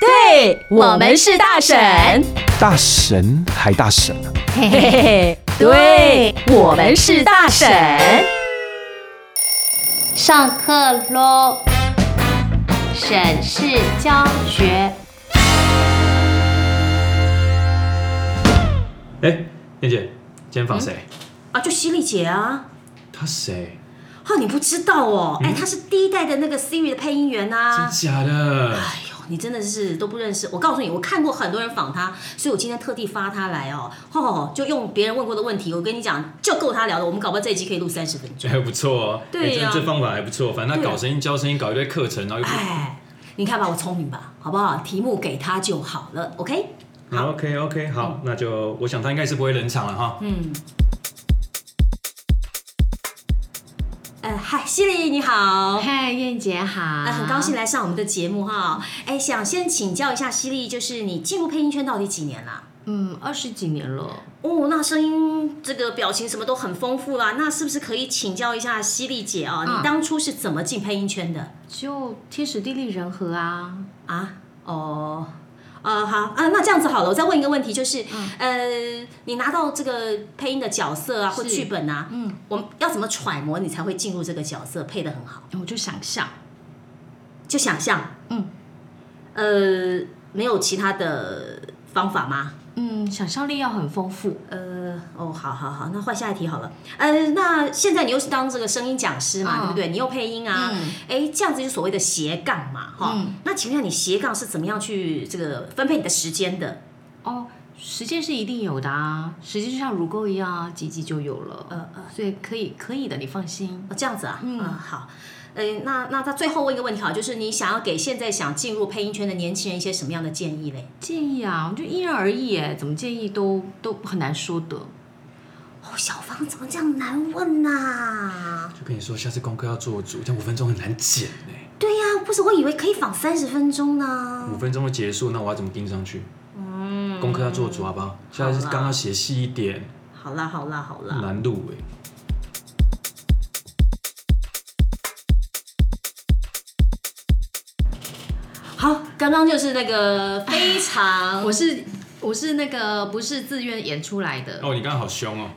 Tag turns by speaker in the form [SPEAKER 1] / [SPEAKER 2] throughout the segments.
[SPEAKER 1] 嘿，我们是大婶，
[SPEAKER 2] 大神还大神啊！
[SPEAKER 1] 嘿嘿嘿，对，我们是大婶。
[SPEAKER 3] 上课喽！沈氏教学，
[SPEAKER 4] 哎，燕姐，今天放谁？
[SPEAKER 5] 啊，就犀利姐啊。
[SPEAKER 4] 他谁？
[SPEAKER 5] 哦，你不知道哦，哎、她是第一代的那个 Siri 的配音员呐、
[SPEAKER 4] 真假的？
[SPEAKER 5] 哎呦，你真的是都不认识。我告诉你，我看过很多人访她，所以我今天特地发她来哦。哦，就用别人问过的问题，我跟你讲，就够她聊的。我们搞不好这一集可以录三十分钟。
[SPEAKER 4] 还不错哦，
[SPEAKER 5] 对
[SPEAKER 4] 哎
[SPEAKER 5] 呀
[SPEAKER 4] 这这方法还不错。反正他搞声音、教声音，搞一堆课程，然后又
[SPEAKER 5] 哎，你看吧，我聪明吧，好不好？题目给她就好了，OK？
[SPEAKER 4] 好 OK OK，好，那就我想他应该是不会冷场了哈。
[SPEAKER 5] 嗯。呃，嗨，犀利你好。
[SPEAKER 3] 嗨，燕姐好，
[SPEAKER 5] 啊，很高兴来上我们的节目哈。哎，想先请教一下犀利，就是你进入配音圈到底几年啦？
[SPEAKER 3] 嗯，二十几年了，
[SPEAKER 5] 哦，那声音、这个表情什么都很丰富啦。那是不是可以请教一下犀利姐啊、
[SPEAKER 3] 嗯
[SPEAKER 5] 你当初是怎么进配音圈的
[SPEAKER 3] 就天时地利人和啊。
[SPEAKER 5] 啊？哦，呃，好啊，那这样子好了，我再问一个问题，就是、
[SPEAKER 3] 嗯
[SPEAKER 5] 呃，你拿到这个配音的角色啊或
[SPEAKER 3] 是
[SPEAKER 5] 剧本啊，
[SPEAKER 3] 嗯，
[SPEAKER 5] 我们要怎么揣摩你才会进入这个角色，配的很好？
[SPEAKER 3] 我就想笑，
[SPEAKER 5] 就想象，
[SPEAKER 3] 嗯，
[SPEAKER 5] 呃，没有其他的方法吗？
[SPEAKER 3] 嗯，想象力要很丰富。
[SPEAKER 5] 呃，哦，好好好，那换下一题好了。呃，那现在你又是当这个声音讲师嘛，
[SPEAKER 3] 嗯
[SPEAKER 5] 对不对？你又配音啊，
[SPEAKER 3] 嗯
[SPEAKER 5] 哎、这样子就所谓的斜杠嘛，哈、
[SPEAKER 3] 嗯
[SPEAKER 5] 那请问一下你斜杠是怎么样去这个分配你的时间的？
[SPEAKER 3] 哦，时间是一定有的啊，时间就像乳沟一样啊，挤挤就有了。
[SPEAKER 5] 呃呃，
[SPEAKER 3] 所以可以可以的，你放心。
[SPEAKER 5] 哦，这样子啊，
[SPEAKER 3] 嗯
[SPEAKER 5] 好。呃，那那他最后问一个问题好了，就是你想要给现在想进入配音圈的年轻人一些什么样的建议嘞？
[SPEAKER 3] 建议啊，我就因人而异耶，怎么建议都都很难说的。
[SPEAKER 5] 哦，小芳怎么这样难问呐、
[SPEAKER 4] 就跟你说，下次功课要做足，但五分钟很难剪呢。
[SPEAKER 5] 对呀、不是我以为可以仿三十分钟呢
[SPEAKER 4] 五。分钟就结束，那我要怎么盯上去？
[SPEAKER 5] 嗯，
[SPEAKER 4] 功课要做足，好不好？下次
[SPEAKER 5] 好啦
[SPEAKER 4] 刚刚写细一点，
[SPEAKER 5] 好啦好啦好啦，
[SPEAKER 4] 难度哎。
[SPEAKER 5] 好，刚刚就是那个非常，
[SPEAKER 3] 我是我是那个不是自愿演出来的，
[SPEAKER 4] 哦，你刚刚好凶哦，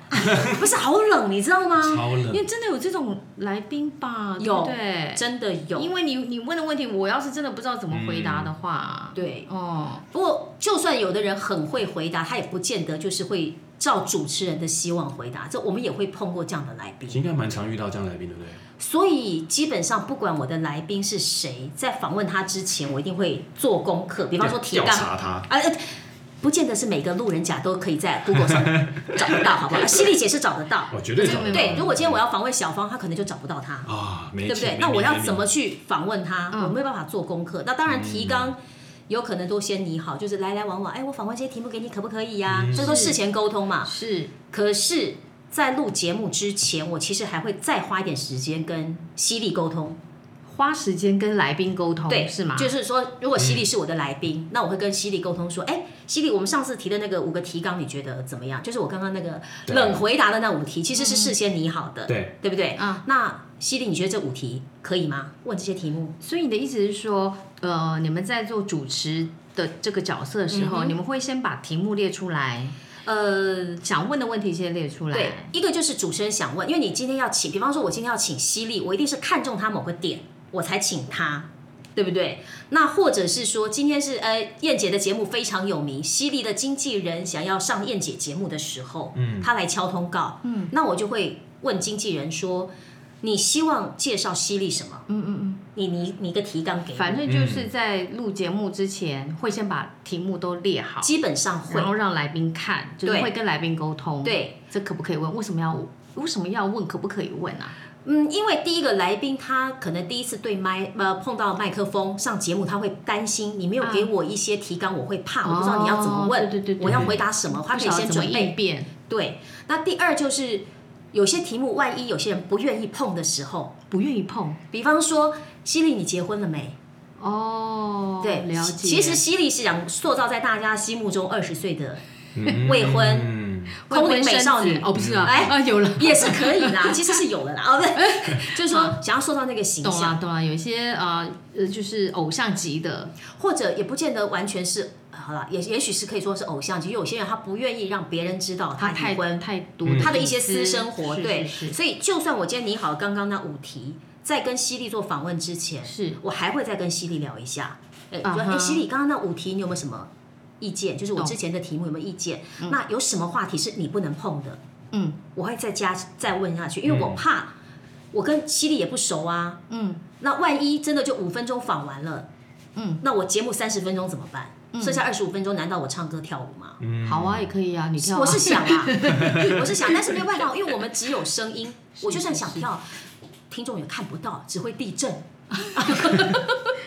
[SPEAKER 5] 不是好冷，你知道吗？
[SPEAKER 4] 超
[SPEAKER 3] 因
[SPEAKER 4] 冷
[SPEAKER 3] 为。真的有这种来宾吧，
[SPEAKER 5] 有
[SPEAKER 3] 对不对？
[SPEAKER 5] 真的有。
[SPEAKER 3] 因为你你问的问题，我要是真的不知道怎么回答的话，
[SPEAKER 5] 对，
[SPEAKER 3] 哦，
[SPEAKER 5] 不过就算有的人很会回答，他也不见得就是会照主持人的希望回答。这我们也会碰过这样的来宾，
[SPEAKER 4] 应该蛮常遇到这样的来宾，对不对？
[SPEAKER 5] 所以基本上不管我的来宾是谁，在访问他之前，我一定会做功课，比方说提
[SPEAKER 4] 调
[SPEAKER 5] 纲
[SPEAKER 4] 查他，
[SPEAKER 5] 啊，呃不见得是每个路人甲都可以 在 Google 上找得到，好不好？犀利姐是找得到，
[SPEAKER 4] 哦我绝对找得到
[SPEAKER 5] 对，如果今天我要访问小芳，她可能就找不到他。
[SPEAKER 4] 啊，没
[SPEAKER 5] 对不对？
[SPEAKER 4] 钱没
[SPEAKER 5] 那我
[SPEAKER 4] 名
[SPEAKER 5] 要
[SPEAKER 4] 没
[SPEAKER 5] 怎么
[SPEAKER 4] 利
[SPEAKER 5] 去访问他？
[SPEAKER 3] 嗯
[SPEAKER 5] 我没有办法做功课。那当
[SPEAKER 4] 嗯
[SPEAKER 5] 然提纲有可能都先拟好，就是来来往往，哎，我访问这些题目给你可不可以呀、
[SPEAKER 4] 嗯
[SPEAKER 5] 这都事前沟通嘛。
[SPEAKER 3] 是
[SPEAKER 5] 可是，在录节目之前，我其实还会再花一点时间跟犀利沟通。
[SPEAKER 3] 花时间跟来宾沟通，
[SPEAKER 5] 对，
[SPEAKER 3] 哦是吗？
[SPEAKER 5] 就是说，如果犀利是我的来宾，
[SPEAKER 4] 嗯
[SPEAKER 5] 那我会跟犀利沟通说，哎，犀利，我们上次提的那个五个提纲，你觉得怎么样？就是我刚刚那个
[SPEAKER 4] 对
[SPEAKER 5] 冷回答的那五
[SPEAKER 3] 嗯
[SPEAKER 5] 题，其实是事先拟好的，
[SPEAKER 4] 对
[SPEAKER 5] 对不对？
[SPEAKER 3] 啊，
[SPEAKER 5] 那犀利，你觉得这五题可以吗？问这些题目。
[SPEAKER 3] 所以你的意思是说，呃，你们在做主持的这个角色的时候，
[SPEAKER 5] 嗯哼
[SPEAKER 3] 你们会先把题目列出来，
[SPEAKER 5] 呃，
[SPEAKER 3] 想问的问题先列出来，
[SPEAKER 5] 对，一个就是主持人想问，因为你今天要请，比方说我今天要请犀利，我一定是看中他某个点，我才请他，对不对？那或者是说今天是呃燕姐的节目非常有名，犀利的经纪人想要上燕姐节目的时候，
[SPEAKER 4] 嗯
[SPEAKER 5] 他来敲通告，
[SPEAKER 3] 嗯，
[SPEAKER 5] 那我就会问经纪人说，你希望介绍犀利什么？
[SPEAKER 3] 嗯嗯
[SPEAKER 5] 你你你一个提纲给
[SPEAKER 3] 嗯，
[SPEAKER 5] 我，
[SPEAKER 3] 反正就是在录节目之前，会先把题目都列好，
[SPEAKER 5] 基本上会
[SPEAKER 3] 然后让来宾看，就是
[SPEAKER 5] 对
[SPEAKER 3] 会跟来宾沟通，，
[SPEAKER 5] 对。
[SPEAKER 3] 这可不可以问？为什么要为什么要问？可不可以问啊？
[SPEAKER 5] 嗯，因为第一个来宾他可能第一次对麦呃碰到麦克风上节目，他会担心你没有给我一些提纲，我会怕，啊我不知道你要怎么问，
[SPEAKER 3] 哦对对对对
[SPEAKER 5] 我要回答什么，他可以
[SPEAKER 3] 不晓
[SPEAKER 5] 先
[SPEAKER 3] 得怎么
[SPEAKER 5] 准
[SPEAKER 3] 应
[SPEAKER 5] 备。
[SPEAKER 3] 变，
[SPEAKER 5] 对，那第二就是有些题目，万一有些人不愿意碰的时候，
[SPEAKER 3] 不愿意碰
[SPEAKER 5] 比方说犀利，你结婚了没？
[SPEAKER 3] 哦，
[SPEAKER 5] 对，
[SPEAKER 3] 了解。
[SPEAKER 5] 其其实犀利是想塑造在大家心目中二十岁的
[SPEAKER 4] 嗯
[SPEAKER 5] 未婚
[SPEAKER 4] 嗯
[SPEAKER 5] 空灵美少
[SPEAKER 3] 未婚生
[SPEAKER 5] 女
[SPEAKER 3] 子哦，不是啊，
[SPEAKER 5] 哎
[SPEAKER 3] 啊有了，
[SPEAKER 5] 也是可以 啦，其实是有了啦，哦，不是， 就是说想要塑造那个形
[SPEAKER 3] 懂啊
[SPEAKER 5] 象，
[SPEAKER 3] 懂啊，有一些啊呃就是偶像级的，
[SPEAKER 5] 或者也不见得完全是。呃好了，也也许是可以说是偶像，就有些人他不愿意让别人知道
[SPEAKER 3] 他太
[SPEAKER 5] 哦离婚，
[SPEAKER 3] 太多
[SPEAKER 4] 嗯
[SPEAKER 5] 他的一些私生活，
[SPEAKER 3] 是
[SPEAKER 5] 对，
[SPEAKER 3] 是是
[SPEAKER 5] 所以就算我今天拟好了刚刚那五题，在跟犀利做访问之前，
[SPEAKER 3] 是
[SPEAKER 5] 我还会再跟犀利聊一下。哎、
[SPEAKER 3] 啊
[SPEAKER 5] 说
[SPEAKER 3] 哈
[SPEAKER 5] 哎，犀利，刚刚那五题你有没有什么意见？就是我
[SPEAKER 3] 懂
[SPEAKER 5] 之前的题目有没有意见？那有什么话题是你不能碰的？
[SPEAKER 3] 嗯
[SPEAKER 5] 我会再加再问下去，因为
[SPEAKER 4] 嗯
[SPEAKER 5] 我怕、我跟犀利也不熟啊。
[SPEAKER 3] 嗯
[SPEAKER 5] 那万一真的就五分钟访完了，
[SPEAKER 3] 嗯，
[SPEAKER 5] 那我节目三十分钟怎么办？剩下二十五分钟，难道我唱歌跳舞吗？
[SPEAKER 4] 嗯
[SPEAKER 3] 好啊，也可以啊，你跳啊，
[SPEAKER 5] 我是想 啊，我是想，但是没有办法，因为我们只有声音，我就算想跳，听众也看不到，只会地震。
[SPEAKER 3] 好啊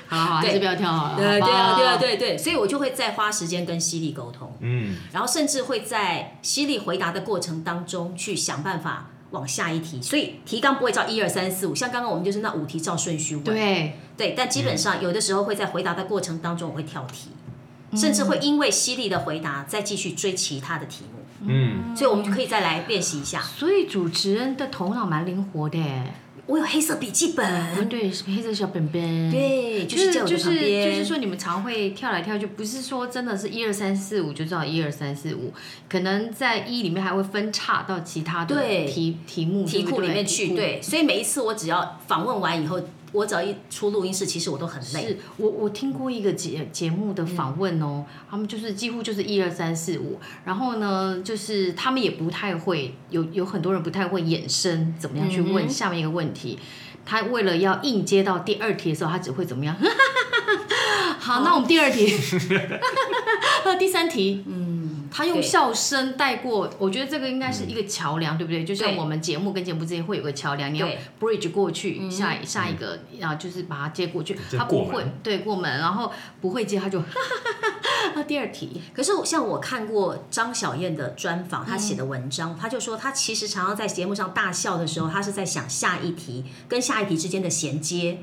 [SPEAKER 3] 好啊，还
[SPEAKER 5] 对
[SPEAKER 3] 是不要跳好了，
[SPEAKER 5] 对
[SPEAKER 3] 好不
[SPEAKER 5] 啊，
[SPEAKER 3] 好
[SPEAKER 5] 对啊，，对对，所以我就会再花时间跟犀利沟通，
[SPEAKER 4] 嗯，
[SPEAKER 5] 然后甚至会在犀利回答的过程当中去想办法往下一题。所以提纲不会照一二三四五，像刚刚我们就是那五题照顺序问。
[SPEAKER 3] 对，
[SPEAKER 5] 对，但
[SPEAKER 3] 嗯
[SPEAKER 5] 基本上有的时候会在回答的过程当中我会跳题，
[SPEAKER 3] 嗯
[SPEAKER 5] 甚至会因为犀利的回答再继续追其他的题目。
[SPEAKER 4] 嗯，
[SPEAKER 5] 所以我们可以再来练习一下。
[SPEAKER 3] 所以主持人的头脑蛮灵活的耶，
[SPEAKER 5] 我有黑色笔记
[SPEAKER 3] 嗯，
[SPEAKER 5] 本，
[SPEAKER 3] 对，是黑色小本本，。
[SPEAKER 5] 对，就
[SPEAKER 3] 就是是
[SPEAKER 5] 在我的
[SPEAKER 3] 就
[SPEAKER 5] 旁
[SPEAKER 3] 是就
[SPEAKER 5] 边。
[SPEAKER 3] 是说，你们常会跳来跳去，不是说真的是一二三四五就知道一二三四五，可能在一里面还会分叉到其他的
[SPEAKER 5] 对
[SPEAKER 3] 题题目
[SPEAKER 5] 题
[SPEAKER 3] 对不
[SPEAKER 5] 库
[SPEAKER 3] 对
[SPEAKER 5] 里面去，。对，所以每一次我只要访问完以后，我只要一出录音室，其实我都很累。
[SPEAKER 3] 是我我听过一个节节目的访问哦，他们就是几乎就是一二三四五，然后呢，就是他们也不太会有有很多人不太会衍生怎么样去问
[SPEAKER 5] 嗯哼
[SPEAKER 3] 下面一个问题，他为了要应接到第二题的时候，他只会怎么样？ 好，那我们第二题，那 第三题，
[SPEAKER 5] 哦嗯，
[SPEAKER 3] 他用
[SPEAKER 5] 对嗯
[SPEAKER 3] 笑声带过，我觉得这个应该是一个桥梁，对不对？就像
[SPEAKER 5] 对
[SPEAKER 3] 我们节目跟节目之间会有个桥梁，你要
[SPEAKER 5] 对嗯
[SPEAKER 3] bridge 过去，下一下一个，然后就是把它接过去。
[SPEAKER 4] 就
[SPEAKER 3] 他不
[SPEAKER 4] 过门
[SPEAKER 3] 会，对，过门，然后不会接，他就哈哈哈哈。那第二题，
[SPEAKER 5] 可是我像我看过张小燕的专访，她写的
[SPEAKER 3] 嗯
[SPEAKER 5] 文章，她就说她其实常常在节目上大笑的时候，她是在想下一题跟下一题之间的衔接，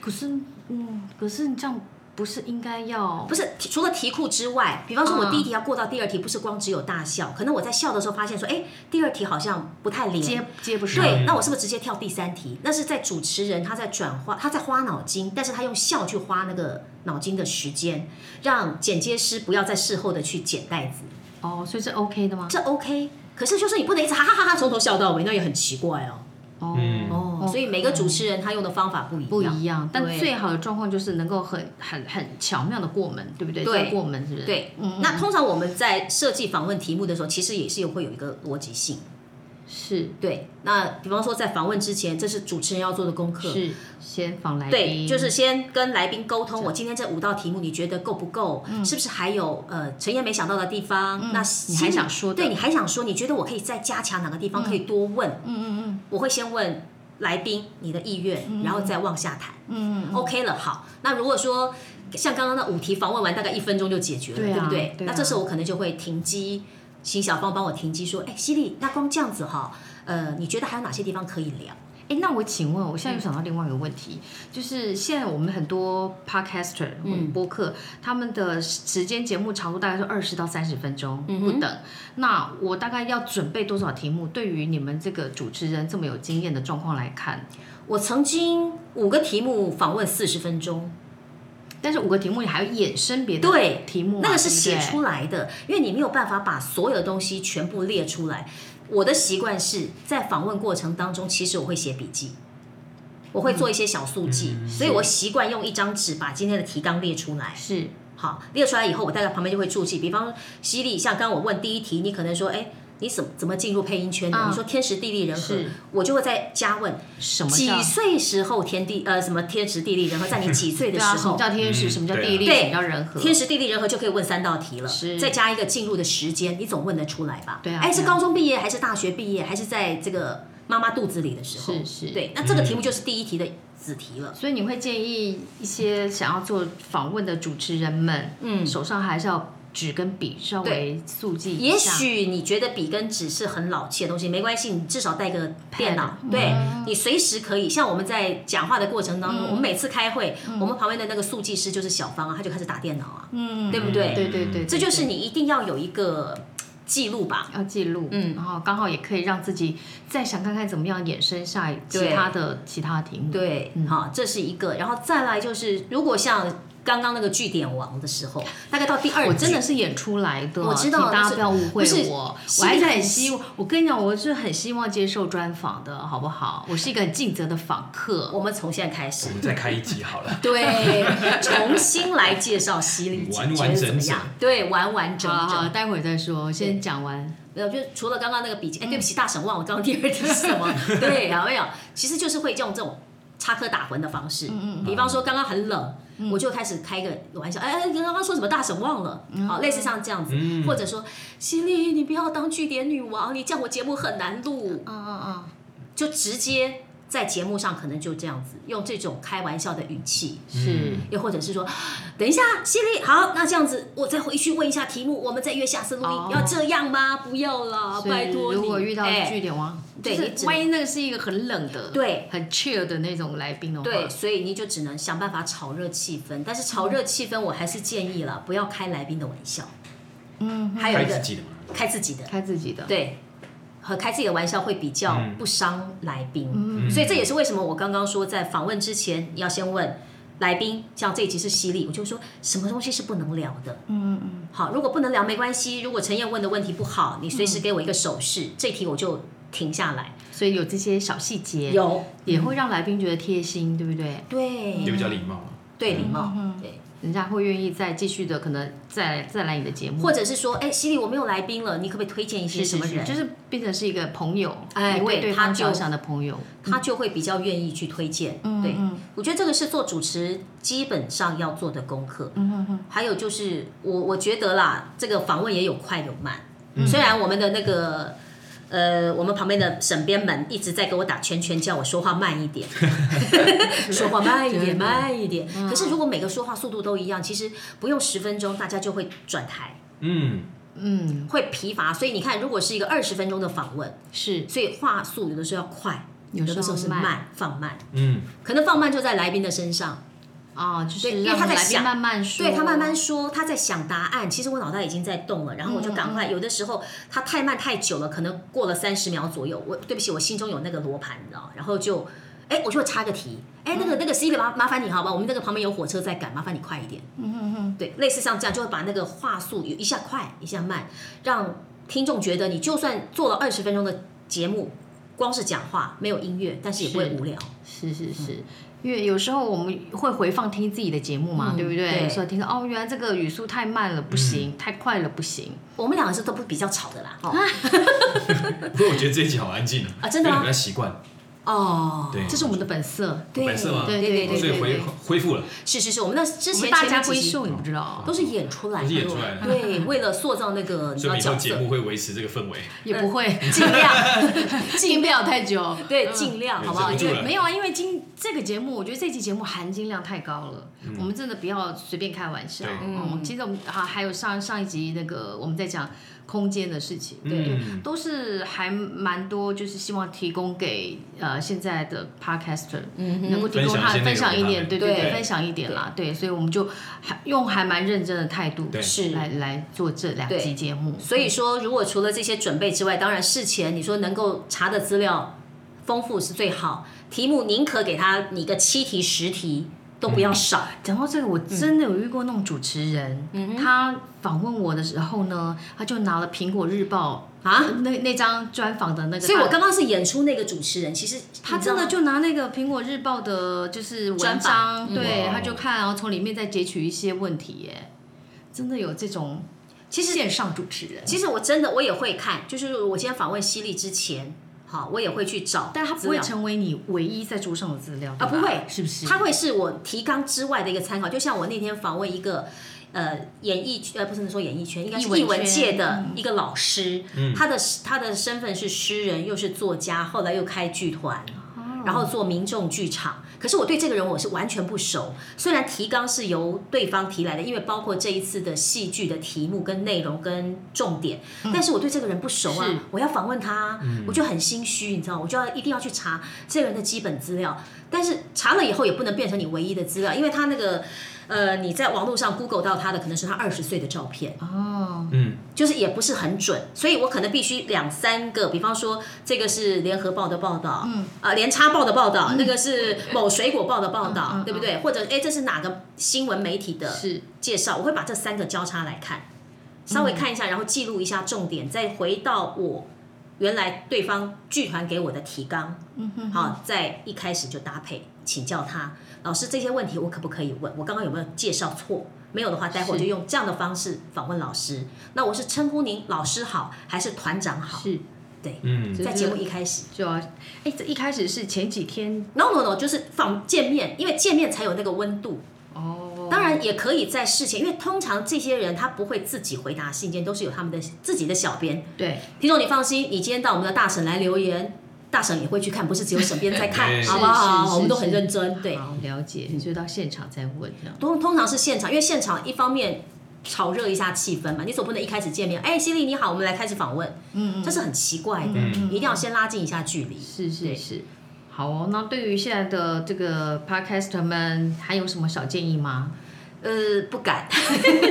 [SPEAKER 3] 可是，嗯，可是你这样不是应该要
[SPEAKER 5] 不是除了题库之外，比方说我
[SPEAKER 3] 嗯
[SPEAKER 5] 第一题要过到第二题，不是光只有大笑，可能我在笑的时候发现说，哎，第二题好像不太连，
[SPEAKER 3] 接接不上？
[SPEAKER 5] 对，那我是不是直接跳第三题？那是在主持人他在转化，他在花脑筋，但是他用笑去花那个脑筋的时间，让剪接师不要在事后的去剪带子，
[SPEAKER 3] 哦，所以这 OK 的吗？
[SPEAKER 5] 这 OK。可是就是你不能一直哈哈哈哈从头笑到尾，那也很奇怪哦。
[SPEAKER 3] 哦。
[SPEAKER 4] 嗯
[SPEAKER 5] 哦，所以每个主持人他用的方法不一样，
[SPEAKER 3] 不一样，但
[SPEAKER 5] 对
[SPEAKER 3] 最好的状况就是能够很很很巧妙的过门，对不对？
[SPEAKER 5] 对
[SPEAKER 3] 这个过门是不是？
[SPEAKER 5] 对，那通常我们在设计访问题目的时候，其实也是有会有一个逻辑性。
[SPEAKER 3] 是
[SPEAKER 5] 对，那比方说在访问之前，这是主持人要做的功课。
[SPEAKER 3] 是，先访来
[SPEAKER 5] 对，
[SPEAKER 3] 宾，
[SPEAKER 5] 就是先跟来宾沟通，我今天这五道题目你觉得够不够？是不是还有呃陈燕没想到的地方？那
[SPEAKER 3] 你
[SPEAKER 5] 你
[SPEAKER 3] 还想说
[SPEAKER 5] 嗯
[SPEAKER 3] 的
[SPEAKER 5] 对，你还想说？你觉得我可以再加强哪个地方？可以多问？嗯嗯嗯，我会先问来宾你的意愿，然后再往下谈。嗯嗯，OK 了，好。那如果说像刚刚那五题访问完，大概一分钟就解决了，
[SPEAKER 3] 对啊
[SPEAKER 5] 不对？
[SPEAKER 3] 对啊
[SPEAKER 5] 那这时候我可能就会停机，请小芳帮我停机说，哎，犀利，那光这样子哈，呃，你觉得还有哪些地方可以聊？
[SPEAKER 3] 哎，那我请问，我现
[SPEAKER 5] 嗯
[SPEAKER 3] 在又想到另外一个问题，就是现在我们很多 podcaster
[SPEAKER 5] 嗯
[SPEAKER 3] 或者播客，他们的时间节目长度大概是二十到三十分钟
[SPEAKER 5] 嗯
[SPEAKER 3] 不等。那我大概要准备多少题目？对于你们这个主持人这么有经验的状况来看，
[SPEAKER 5] 我曾经五个题目访问四十分钟，
[SPEAKER 3] 但是五个题目你还要衍生别的
[SPEAKER 5] 对
[SPEAKER 3] 题目嘛、
[SPEAKER 5] 那个是写
[SPEAKER 3] 对不对
[SPEAKER 5] 出来的，因为你没有办法把所有的东西全部列出来。我的习惯是在访问过程当中，其实我会写笔记，我会做一些小速记，
[SPEAKER 3] 嗯
[SPEAKER 5] 所以我习惯用一张纸把今天的提纲列出来。
[SPEAKER 3] 是
[SPEAKER 5] 好，列出来以后，我大概旁边就会注记。比方犀利，像刚刚我问第一题，你可能说，哎，你怎么怎么进入配音圈的？
[SPEAKER 3] 嗯
[SPEAKER 5] 你说天时地利人和
[SPEAKER 3] 是，
[SPEAKER 5] 我就会再加问，
[SPEAKER 3] 什么
[SPEAKER 5] 几
[SPEAKER 3] 叫？
[SPEAKER 5] 岁时候天地呃什么天时地利人和，在你几岁的
[SPEAKER 3] 对
[SPEAKER 5] 时
[SPEAKER 3] 啊，什
[SPEAKER 5] 候
[SPEAKER 3] 么？叫天时？
[SPEAKER 4] 嗯
[SPEAKER 3] 什么叫
[SPEAKER 4] 对啊
[SPEAKER 3] 地利？
[SPEAKER 5] 对
[SPEAKER 3] 什么叫人和？
[SPEAKER 5] 天时地利人和就可以问三道题了，
[SPEAKER 3] 嗯是
[SPEAKER 5] 再加一个进入的时间，你总问得出来吧？
[SPEAKER 3] 对啊
[SPEAKER 5] 哎，是
[SPEAKER 3] 对啊
[SPEAKER 5] 高中毕业还是大学毕业，还是在这个妈妈肚子里的时候？
[SPEAKER 3] 是是嗯
[SPEAKER 5] 对，那这个题目就是第一题的子题了。
[SPEAKER 3] 所以你会建议一些想要做访问的主持人们，
[SPEAKER 5] 嗯
[SPEAKER 3] 手上还是要纸跟笔，稍微速记一
[SPEAKER 5] 也
[SPEAKER 3] 下。
[SPEAKER 5] 许你觉得笔跟纸是很老气的东西，没关系，你至少带个电脑
[SPEAKER 3] Pad，，嗯
[SPEAKER 5] 对你随时可以。像我们在讲话的过程当中，我们每次开会，
[SPEAKER 3] 嗯
[SPEAKER 5] 我们旁边的那个速记师就是小芳啊，她就开始打电脑啊，嗯，对不对？
[SPEAKER 3] 对对对，
[SPEAKER 5] 这就是
[SPEAKER 3] 你
[SPEAKER 5] 你一定要有一个记录吧。
[SPEAKER 3] 要记录，
[SPEAKER 5] 嗯
[SPEAKER 3] 然后刚好也可以让自己再想看看怎么样衍生下其
[SPEAKER 5] 对
[SPEAKER 3] 他的其他的题目。
[SPEAKER 5] 对，
[SPEAKER 3] 嗯
[SPEAKER 5] 好，这是一个，然后再来就是，如果像刚刚那个据点王的时候，大概到第二集，
[SPEAKER 3] 我真的是演出来的，
[SPEAKER 5] 我知道
[SPEAKER 3] 请大
[SPEAKER 5] 但
[SPEAKER 3] 家
[SPEAKER 5] 是
[SPEAKER 3] 不要误
[SPEAKER 5] 不
[SPEAKER 3] 会
[SPEAKER 5] 是
[SPEAKER 3] 我，
[SPEAKER 5] 是
[SPEAKER 3] 我还是
[SPEAKER 5] 很
[SPEAKER 3] 很希望，我跟你讲，我是很希望接受专访的，好不好？我是一个很尽责的访客，
[SPEAKER 5] 我们从现在开始
[SPEAKER 4] 我，们再开一集好了。
[SPEAKER 5] 对，重新来介绍犀利，
[SPEAKER 4] 完
[SPEAKER 5] 你觉
[SPEAKER 4] 完
[SPEAKER 5] 得
[SPEAKER 4] 整
[SPEAKER 5] 怎么样
[SPEAKER 4] 整？
[SPEAKER 5] 对，完完整
[SPEAKER 3] 好好，
[SPEAKER 5] 整。
[SPEAKER 3] 待会儿再说，先讲完。
[SPEAKER 5] 没有，就是除了刚刚那个
[SPEAKER 3] 嗯
[SPEAKER 5] 笔记，哎，对不起，大神忘了我刚刚第二题是 什么？对，好没有，其实就是会用这种插科打诨的方
[SPEAKER 3] 嗯
[SPEAKER 5] 式，比方说刚刚很冷。我就开始开个玩笑，哎哎，刚刚说什么大神忘了，好、类似像这样子，
[SPEAKER 4] 嗯
[SPEAKER 5] 或者说，犀利，你不要当据点女王，你这样我节目很难录，
[SPEAKER 3] 嗯嗯嗯，
[SPEAKER 5] 就直接在节目上可能就这样子，用这种开玩笑的语气，
[SPEAKER 3] 是
[SPEAKER 5] 又或者是说，等一下，犀利，好，那这样子，我再回去问一下题目，我们再约下次录音，
[SPEAKER 3] 哦
[SPEAKER 5] 要这样吗？不要啦，
[SPEAKER 3] 所
[SPEAKER 5] 啊
[SPEAKER 3] 以
[SPEAKER 5] 拜托你。
[SPEAKER 3] 如果遇到
[SPEAKER 5] 哎
[SPEAKER 3] 据点王，
[SPEAKER 5] 对
[SPEAKER 3] 就
[SPEAKER 5] 你只
[SPEAKER 3] 是万一那个是一个很冷的，嗯
[SPEAKER 5] 对，
[SPEAKER 3] 很 chill 的那种来宾的话，
[SPEAKER 5] 对，所以你就只能想办法炒热气氛，但是炒热气氛，我还是建议了，不要开来宾的玩笑，
[SPEAKER 3] 嗯，
[SPEAKER 5] 还有
[SPEAKER 4] 开
[SPEAKER 5] 一
[SPEAKER 4] 自
[SPEAKER 5] 个
[SPEAKER 4] 己的嘛，
[SPEAKER 5] 开自己的，
[SPEAKER 3] 开自己的，
[SPEAKER 5] 对，和开自己的玩笑会比较
[SPEAKER 4] 嗯
[SPEAKER 5] 不伤来宾，
[SPEAKER 3] 嗯，
[SPEAKER 4] 嗯
[SPEAKER 5] 所以这也是为什么我刚刚说在访问之前你要先问来宾，像这一集是犀利，我就说什么东西是不能聊的。嗯嗯。好，如果不能聊没关系，如果陈燕问的问题不好，你随
[SPEAKER 3] 嗯
[SPEAKER 5] 时给我一个手势，这题我就停下来。
[SPEAKER 3] 所以有这些小细节，
[SPEAKER 5] 有
[SPEAKER 3] 也会让来宾觉得贴心，对不对？哦
[SPEAKER 5] 对
[SPEAKER 4] 就比较礼貌嘛。
[SPEAKER 5] 对礼貌，对，
[SPEAKER 3] 人家会愿意再继续的，可能再来再来你的节目，
[SPEAKER 5] 或者是说，哎，犀利我没有来宾了，你可不可以推荐一些
[SPEAKER 3] 嗯是
[SPEAKER 5] 什
[SPEAKER 3] 什
[SPEAKER 5] 么
[SPEAKER 3] 么
[SPEAKER 5] 人？
[SPEAKER 3] 人，就是变成是一个朋友，
[SPEAKER 5] 哎
[SPEAKER 3] 你为
[SPEAKER 5] 对他
[SPEAKER 3] 方
[SPEAKER 5] 就
[SPEAKER 3] 着想的朋友，
[SPEAKER 5] 他就会比较愿意去推荐。
[SPEAKER 3] 嗯
[SPEAKER 5] 对，我觉得这个是做主持基本上要做的功课。
[SPEAKER 3] 嗯
[SPEAKER 5] 还有就是我我觉得啦，这个访问也有快有慢。虽然我们的那个呃，我们旁边的审编们一直在给我打圈圈，叫我说话慢一 点，说话慢一点，慢一点。可是如果每个说话速度都一样，其实不用十分钟，大家就会转台。
[SPEAKER 4] 嗯，
[SPEAKER 3] 嗯，
[SPEAKER 5] 会疲乏，所以你看，如果是一个二十分钟的访问，
[SPEAKER 3] 是
[SPEAKER 5] 所以话速有的时候要快，有
[SPEAKER 3] 有时候
[SPEAKER 5] 的时候是
[SPEAKER 3] 慢
[SPEAKER 5] 慢，放慢，
[SPEAKER 4] 嗯，
[SPEAKER 5] 可能放慢就在来宾的身上，
[SPEAKER 3] 啊，就
[SPEAKER 5] 对因
[SPEAKER 3] 是
[SPEAKER 5] 为
[SPEAKER 3] 让
[SPEAKER 5] 他在
[SPEAKER 3] 来宾
[SPEAKER 5] 想
[SPEAKER 3] 慢慢说，
[SPEAKER 5] 对他慢慢说，嗯他在想答案，其实我脑袋已经在动了，然后我就赶快，有的时候他太慢太久了，可能过了三十秒左右，我对不起，我心中有那个罗盘，你知道，然后就，哎，我就插个题，哎，那个那个 C 的麻麻烦你好吧，我们那个旁边有火车在赶，麻烦你快一点，嗯嗯嗯，对，类似像这样就会把那个话速有一下快一下慢，让听众觉得你就算做了二十分钟的节目，光是讲话没有音乐，但是也不会
[SPEAKER 3] 是
[SPEAKER 5] 无聊。
[SPEAKER 3] 是是
[SPEAKER 5] 嗯
[SPEAKER 3] 是，因为有时候我们会回放听自己的节目嘛，
[SPEAKER 5] 嗯
[SPEAKER 3] 对不对？
[SPEAKER 5] 对嗯
[SPEAKER 3] 所以听到哦，原来这个语速太慢了不行，太快了不行。
[SPEAKER 5] 我们两个是都不比较吵的啦，哦，
[SPEAKER 4] 嗯不过我觉得这一集好安静
[SPEAKER 5] 啊真的吗
[SPEAKER 4] 因为比较习惯，
[SPEAKER 5] 哦，
[SPEAKER 4] 对，
[SPEAKER 3] 这是我们的本色，
[SPEAKER 5] 对
[SPEAKER 4] 本色嘛
[SPEAKER 5] 对对
[SPEAKER 4] 哦
[SPEAKER 5] 对
[SPEAKER 4] 所以
[SPEAKER 5] 对
[SPEAKER 4] 恢
[SPEAKER 5] 对，
[SPEAKER 4] 恢复了，
[SPEAKER 5] 是是是，我们那之
[SPEAKER 3] 我
[SPEAKER 5] 前
[SPEAKER 3] 们大家
[SPEAKER 5] 前面
[SPEAKER 3] 闺
[SPEAKER 5] 几集嗯
[SPEAKER 3] 秀，你不知道，
[SPEAKER 5] 都是演出来的，
[SPEAKER 4] 都是演出来的
[SPEAKER 5] 对，为了塑造那个你知
[SPEAKER 4] 所
[SPEAKER 5] 道
[SPEAKER 4] 以以后
[SPEAKER 5] 角
[SPEAKER 4] 节
[SPEAKER 5] 色，
[SPEAKER 4] 目会维持这个氛围。
[SPEAKER 3] 也不会
[SPEAKER 5] 尽 量
[SPEAKER 3] 禁不了太 久。
[SPEAKER 5] 对
[SPEAKER 3] 嗯
[SPEAKER 5] 尽量，
[SPEAKER 4] 对
[SPEAKER 5] 好不好？
[SPEAKER 4] 忍不
[SPEAKER 5] 因
[SPEAKER 4] 住
[SPEAKER 5] 为
[SPEAKER 4] 了
[SPEAKER 3] 没有啊，因为今这个节目，我觉得这期节目含金量太高了，
[SPEAKER 5] 嗯
[SPEAKER 3] 我们真的不要随便开玩笑。
[SPEAKER 4] 对
[SPEAKER 3] 嗯，其实我们啊，还有上上一集那个我们在讲空间的事情，对，
[SPEAKER 4] 嗯
[SPEAKER 3] 都是还蛮多，就是希望提供给呃现在的 podcaster、能够提供他
[SPEAKER 4] 分
[SPEAKER 3] 分
[SPEAKER 4] 享
[SPEAKER 3] 享一
[SPEAKER 4] 一些内容给他们
[SPEAKER 3] 点，对对
[SPEAKER 5] 对
[SPEAKER 3] 分享一点啦，对，所以我们就还用还蛮认真的态度
[SPEAKER 4] 对
[SPEAKER 5] 是
[SPEAKER 3] 来来做这两
[SPEAKER 5] 对
[SPEAKER 3] 集节目，
[SPEAKER 5] 所以说，如果除了这些准备之外，当然事前你说能够查的资料丰富是最好，题目宁可给他你个七题十题都不
[SPEAKER 4] 嗯
[SPEAKER 5] 要少，
[SPEAKER 3] 讲到这个，我真的有遇过那种主持人，他访问我的时候呢，他就拿了《苹果日报》
[SPEAKER 5] 啊
[SPEAKER 3] 呃那那张专访的那个大，
[SPEAKER 5] 所以我刚刚是演出那个主持人，其实
[SPEAKER 3] 他
[SPEAKER 5] 你知道
[SPEAKER 3] 真
[SPEAKER 5] 吗
[SPEAKER 3] 的就拿那个《苹果日报》的，就是文
[SPEAKER 5] 专访
[SPEAKER 3] 章，
[SPEAKER 4] 哇
[SPEAKER 3] 对，
[SPEAKER 4] 哦
[SPEAKER 3] 他就看，然后从里面再截取一些问题，耶，真的有这种，其实线上主持人，
[SPEAKER 5] 其实我真的我也会看，就是我今天访问犀利之前，好，我也会去找，
[SPEAKER 3] 但他不会成为你唯一在桌上的资料
[SPEAKER 5] 啊
[SPEAKER 3] 对吧
[SPEAKER 5] 不会
[SPEAKER 3] 是不是？
[SPEAKER 5] 它会是我提纲之外的一个参考。就像我那天访问一个。呃，演艺圈呃，不是说演艺圈，应该是
[SPEAKER 3] 艺文
[SPEAKER 5] 艺文界
[SPEAKER 3] 圈嗯
[SPEAKER 5] 的一个老师，他的他的身份是诗人，又是作家，后来又开剧团，
[SPEAKER 3] 哦
[SPEAKER 5] 然后做民众剧场。可是我对这个人我是完全不熟，虽然提纲是由对方提来的，因为包括这一次的戏剧的题目跟内容跟重点，但是我对这个人不熟啊
[SPEAKER 3] 是，
[SPEAKER 5] 我要访问他，我就很心虚，你知道吗，我就要一定要去查这个人的基本资料。但是查了以后也不能变成你唯一的资料，因为他那个。呃，你在网络上 Google 到他的可能是他二十岁的照片，
[SPEAKER 3] 哦，
[SPEAKER 4] 嗯，
[SPEAKER 5] 就是也不是很准，所以我可能必须两三个，比方说这个是联合报的报道，
[SPEAKER 3] 嗯，
[SPEAKER 5] 啊、联插报的报道，那个是某水果报的报道，
[SPEAKER 3] 嗯嗯嗯
[SPEAKER 5] 对不对？或者哎，这是哪个新闻媒体的
[SPEAKER 3] 是
[SPEAKER 5] 介绍？我会把这三个交叉来看，稍微看一下，然后记录一下重点，再回到我原来对方剧团给我的提纲，
[SPEAKER 3] 嗯哼，
[SPEAKER 5] 好，在一开始就搭配，请教他老师这些问题我可不可以问？我刚刚有没有介绍错？没有的话，待会我
[SPEAKER 3] 是
[SPEAKER 5] 就用这样的方式访问老师。那我是称呼您老师好，还是团长好？
[SPEAKER 3] 是
[SPEAKER 4] 嗯，
[SPEAKER 5] 在节目一开始
[SPEAKER 3] 就要，哎，这一开始是前几天
[SPEAKER 5] ，no no no，就是访见面，因为见面才有那个温度。
[SPEAKER 3] 哦，
[SPEAKER 5] 当然也可以在事前，因为通常这些人他不会自己回答信件，都是有他们的自己的小编。
[SPEAKER 3] 对，
[SPEAKER 5] 听众你放心，你今天到我们的大婶来留言，大婶也会去看，不是只有沈编在看，
[SPEAKER 4] 是
[SPEAKER 5] 好不好？
[SPEAKER 3] 是是
[SPEAKER 5] 我们都
[SPEAKER 3] 是
[SPEAKER 5] 很认真，对。
[SPEAKER 3] 好了解，就到现场再问这样。
[SPEAKER 5] 通通常是现场，因为现场一方面炒热一下气氛嘛，你总不能一开始见面，哎，犀利你好，我们来开始访问，
[SPEAKER 3] 嗯
[SPEAKER 5] 这是很奇怪的，
[SPEAKER 4] 嗯
[SPEAKER 5] 你一定要先拉近一下距离。
[SPEAKER 3] 是是
[SPEAKER 5] 对
[SPEAKER 3] 是。好哦，那对于现在的这个 podcaster 们，还有什么小建议吗？
[SPEAKER 5] 呃，不敢，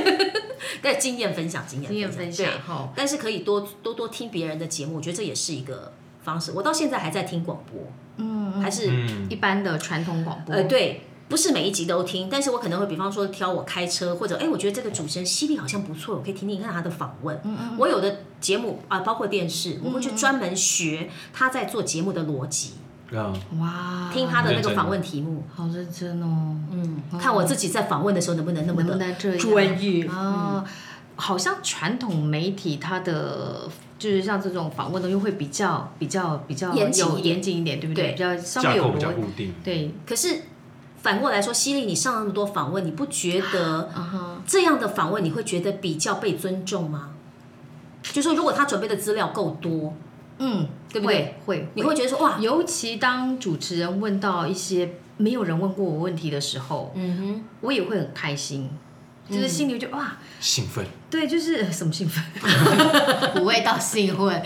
[SPEAKER 5] 但经验分享，经验
[SPEAKER 3] 经验分享
[SPEAKER 5] 对啊
[SPEAKER 3] 哈。
[SPEAKER 5] 但是可以多多多听别人的节目，我觉得这也是一个方式。我到现在还在听广播，
[SPEAKER 3] 嗯，
[SPEAKER 5] 还是、
[SPEAKER 4] 嗯
[SPEAKER 3] 一般的传统广播。
[SPEAKER 5] 呃，对，不是每一集都听，但是我可能会比方说挑我开车，或者哎，我觉得这个主持人犀利好像不错，我可以听听看他的访问。
[SPEAKER 3] 嗯嗯
[SPEAKER 5] 我有的节目啊、包括电视，我会去专门学他在做节目的逻辑，
[SPEAKER 4] 啊，
[SPEAKER 3] 嗯，哇，
[SPEAKER 5] 听他的那
[SPEAKER 4] 认
[SPEAKER 5] 个
[SPEAKER 4] 真
[SPEAKER 5] 访问题目，
[SPEAKER 3] 好认真哦，
[SPEAKER 5] 嗯，看我自己在访问的时候能不能那么
[SPEAKER 3] 能不
[SPEAKER 5] 的
[SPEAKER 3] 能这样？
[SPEAKER 5] 专业
[SPEAKER 3] 啊，好像传统媒体它的就是像这种访问东西会比较比较比较
[SPEAKER 5] 严谨一
[SPEAKER 3] 有
[SPEAKER 5] 点
[SPEAKER 3] 严谨一点，对不对？
[SPEAKER 5] 对
[SPEAKER 3] 比较稍
[SPEAKER 4] 架
[SPEAKER 3] 微有
[SPEAKER 4] 构比较
[SPEAKER 3] 逻
[SPEAKER 4] 固定，
[SPEAKER 3] 对，
[SPEAKER 5] 可是反过来说，犀利，你上那么多访问，你不觉得
[SPEAKER 3] 啊哈，
[SPEAKER 5] 这样的访问你会觉得比较被尊重吗？就说如果他准备的资料够多，
[SPEAKER 3] 嗯，
[SPEAKER 5] 对不对？
[SPEAKER 3] 会，
[SPEAKER 5] 你会觉得说哇，
[SPEAKER 3] 尤其当主持人问到一些没有人问过我问题的时候，
[SPEAKER 5] 嗯
[SPEAKER 3] 我也会很开心，就是心里就哇，
[SPEAKER 4] 兴奋，
[SPEAKER 3] 对，就是呃什么 兴奋，不会到兴奋，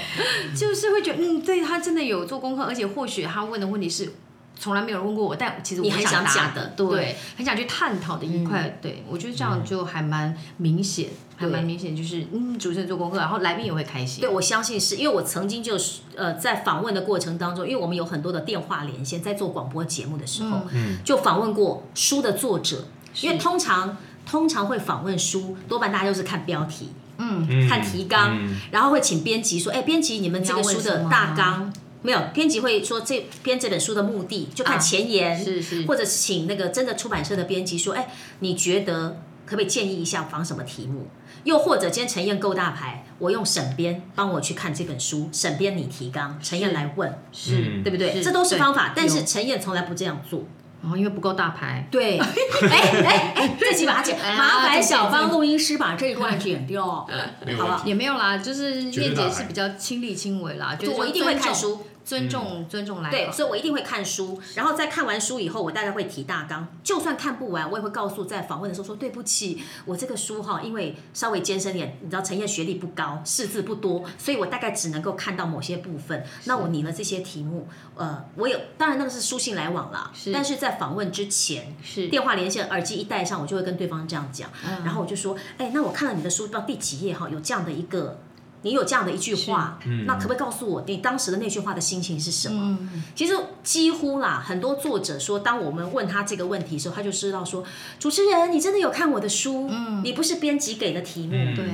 [SPEAKER 3] 就是会觉得嗯，对他真的有做功课，而且或许他问的问题是。从来没有人问过我，但其实我
[SPEAKER 5] 你很想
[SPEAKER 3] 答
[SPEAKER 5] 讲的
[SPEAKER 3] 对，
[SPEAKER 5] 对嗯
[SPEAKER 3] 很想去探讨的一块，对我觉得这样就还蛮明显，还
[SPEAKER 5] 对
[SPEAKER 3] 蛮明显，就是嗯，主持人做功课，然后来宾也会开
[SPEAKER 5] 哼，
[SPEAKER 3] 心
[SPEAKER 5] 对，，我相信是因为我曾经就是呃在访问的过程当中，因为我们有很多的电话连线，在做广播节目的时候，
[SPEAKER 4] 嗯，
[SPEAKER 5] 就访问过书的作者，
[SPEAKER 3] 是
[SPEAKER 5] 因为通常通常会访问书，多半大家就是看标题，
[SPEAKER 3] 嗯，
[SPEAKER 4] 嗯
[SPEAKER 5] 看提纲
[SPEAKER 4] 嗯
[SPEAKER 5] 然后会请编辑说，哎，编辑你们这个书的大
[SPEAKER 3] 你要问什么
[SPEAKER 5] 纲没有，编辑会说这编这本书的目的，就
[SPEAKER 3] 啊
[SPEAKER 5] 看前言，
[SPEAKER 3] 是是，
[SPEAKER 5] 或者是请那个真的出版社的编辑说，哎，你觉得可不可以建议一下仿什么题目？又或者今天陈燕够大牌，我用沈编帮我去看这本书，沈编你提纲，陈燕来问，
[SPEAKER 3] 是，
[SPEAKER 4] 嗯
[SPEAKER 5] 对不对？
[SPEAKER 3] 是
[SPEAKER 5] 这都是
[SPEAKER 3] 对
[SPEAKER 5] 方法，但是
[SPEAKER 3] 有
[SPEAKER 5] 陈燕从来不这样 做。
[SPEAKER 3] 然后因为不够大牌，
[SPEAKER 5] 对，哎哎哎，这集把它剪，
[SPEAKER 3] 哎呀
[SPEAKER 5] 麻烦小芳录音师把这一段剪掉，好
[SPEAKER 4] 没有
[SPEAKER 5] 不
[SPEAKER 4] 问
[SPEAKER 5] 好？
[SPEAKER 4] 题，
[SPEAKER 3] 也没有啦，就是
[SPEAKER 4] 绝对
[SPEAKER 3] 燕姐
[SPEAKER 4] 大牌
[SPEAKER 3] 是比较亲力亲为啦，觉
[SPEAKER 5] 就
[SPEAKER 3] 得
[SPEAKER 5] 我一定会看，书，
[SPEAKER 3] 尊重尊重来
[SPEAKER 5] 对，
[SPEAKER 3] 访，
[SPEAKER 5] 所以我一定会看书，然后在看完书以后，我大概会提大纲，就算看不完，我也会告诉在访问的时候说对不起，我这个书哈，因为稍微艰深点，你知道陈燕学历不高，识字不多，所以我大概只能够看到某些部分。那我拟了这些题目，呃，我有，当然那个是书信来往啦，
[SPEAKER 3] 是
[SPEAKER 5] 但啊是在访问之前，
[SPEAKER 3] 是，
[SPEAKER 5] 电话连线，耳机一戴上，我就会跟对方这样讲。
[SPEAKER 3] 嗯
[SPEAKER 5] 然后我就说，哎、那我看了你的书到第几页哈，有这样的一个，你有这样的一句话，
[SPEAKER 4] 嗯
[SPEAKER 5] 那可不可以告诉我你当时的那句话的心情是什么？
[SPEAKER 3] 嗯，
[SPEAKER 5] 其实几乎啦，很多作者说，当我们问他这个问题的时候，他就知道说，主持人你真的有看我的书，
[SPEAKER 3] 嗯
[SPEAKER 5] 你不是编辑给的题目，
[SPEAKER 4] 嗯
[SPEAKER 3] 对，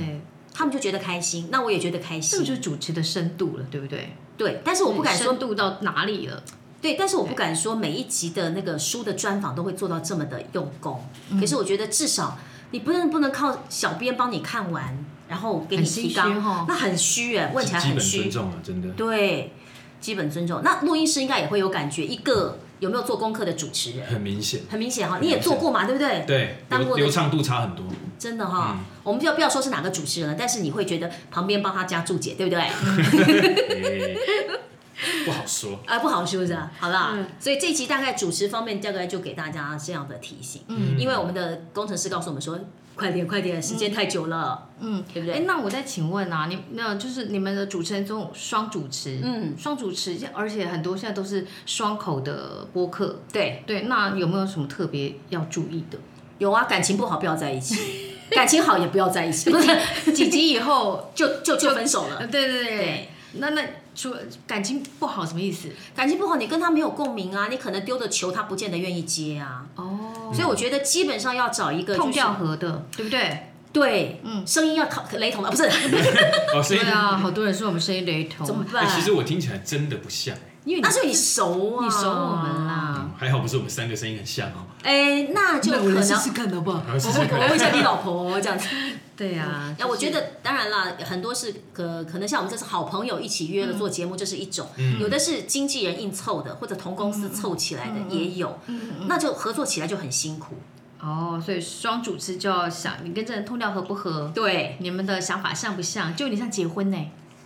[SPEAKER 5] 他们就觉得开心，那我也觉得开
[SPEAKER 3] 这个就
[SPEAKER 5] 心，
[SPEAKER 3] 是主持的深度了，对不对？
[SPEAKER 5] 对，但是我不敢说
[SPEAKER 3] 深度到哪里了，
[SPEAKER 5] 对，但是我不敢说每一集的那个书的专访都会做到这么的用功。
[SPEAKER 3] 嗯
[SPEAKER 5] 可是我觉得至少你不能不能靠小编帮你看完，然后给你
[SPEAKER 3] 很心
[SPEAKER 5] 提
[SPEAKER 3] 虚
[SPEAKER 5] 纲，
[SPEAKER 3] 哦
[SPEAKER 5] 那很虚哎，问起来
[SPEAKER 4] 基本
[SPEAKER 5] 很
[SPEAKER 4] 尊
[SPEAKER 5] 虚。
[SPEAKER 4] 重啊，真的，
[SPEAKER 5] 对，基本尊重。那录音师应该也会有感觉，一个有没有做功课的主持人，
[SPEAKER 4] 很明显，
[SPEAKER 5] 很明显哈、你也做过嘛，对不对？
[SPEAKER 4] 对，
[SPEAKER 5] 当
[SPEAKER 4] 流
[SPEAKER 5] 过的
[SPEAKER 4] 流畅度差很多，
[SPEAKER 5] 真的哈、我们就不要说是哪个主持人了，但是你会觉得旁边帮他加注解，对不对？
[SPEAKER 4] 哎不好说，
[SPEAKER 5] 啊，不好是不是？好不好？
[SPEAKER 3] 嗯
[SPEAKER 5] 所以这一期大概主持方面，大概就给大家这样的提醒。
[SPEAKER 3] 嗯
[SPEAKER 5] 因为我们的工程师告诉我们说，快点快点，时间太久了，
[SPEAKER 3] 嗯。
[SPEAKER 5] 对不
[SPEAKER 3] 哎
[SPEAKER 5] 对？，
[SPEAKER 3] 那我再请问啊，你那就是你们的主持人这种双主持，
[SPEAKER 5] 嗯，
[SPEAKER 3] 双主持，而且很多现在都是双口的播客，
[SPEAKER 5] 对，
[SPEAKER 3] 对，那有没有什么特别要注意的？
[SPEAKER 5] 有啊，感情不好不要在 一起，感情好也不要在一 起，不是
[SPEAKER 3] 几集以后，
[SPEAKER 5] 就就就分手了
[SPEAKER 3] 呃。对对对
[SPEAKER 5] 对
[SPEAKER 3] 那那除感情不好什么意思？
[SPEAKER 5] 感情不好，你跟他没有共鸣啊，你可能丢的球他不见得愿意接啊。
[SPEAKER 3] 哦，
[SPEAKER 5] 所以我觉得基本上要找一个、就是、
[SPEAKER 3] 痛掉河的，对不对？
[SPEAKER 5] 对，
[SPEAKER 3] 嗯
[SPEAKER 5] 声音要考雷同啊，不 是
[SPEAKER 4] 哦，所以
[SPEAKER 3] 对啊，好多人说我们声音雷同，
[SPEAKER 5] 怎么
[SPEAKER 4] 哎
[SPEAKER 5] 办？
[SPEAKER 4] 其实我听起来真的不像，
[SPEAKER 3] 因为你
[SPEAKER 5] 那是你熟啊，
[SPEAKER 3] 你熟我们啦，
[SPEAKER 4] 还好不是我们三个声音很像哦。
[SPEAKER 5] 哎，那就可 能。啊
[SPEAKER 3] 看好不好？
[SPEAKER 4] 然后试
[SPEAKER 5] 我
[SPEAKER 4] 试
[SPEAKER 5] 会哦我
[SPEAKER 4] 看
[SPEAKER 5] 会叫你老婆这样子。
[SPEAKER 3] 对啊呀，
[SPEAKER 5] 那我觉
[SPEAKER 3] 就是
[SPEAKER 5] 得当然啦，很多是可可能像我们这是好朋友一起约了做节目，这是一种；
[SPEAKER 4] 嗯
[SPEAKER 5] 有的是经纪人硬凑的，或者同公司凑起来
[SPEAKER 3] 嗯
[SPEAKER 5] 的也有。那就合作起来就很辛苦。
[SPEAKER 3] 哦，所以双主持就要想你跟这人痛掉合不合，
[SPEAKER 5] 对
[SPEAKER 3] 你们的想法像不像？就有点像结婚呢。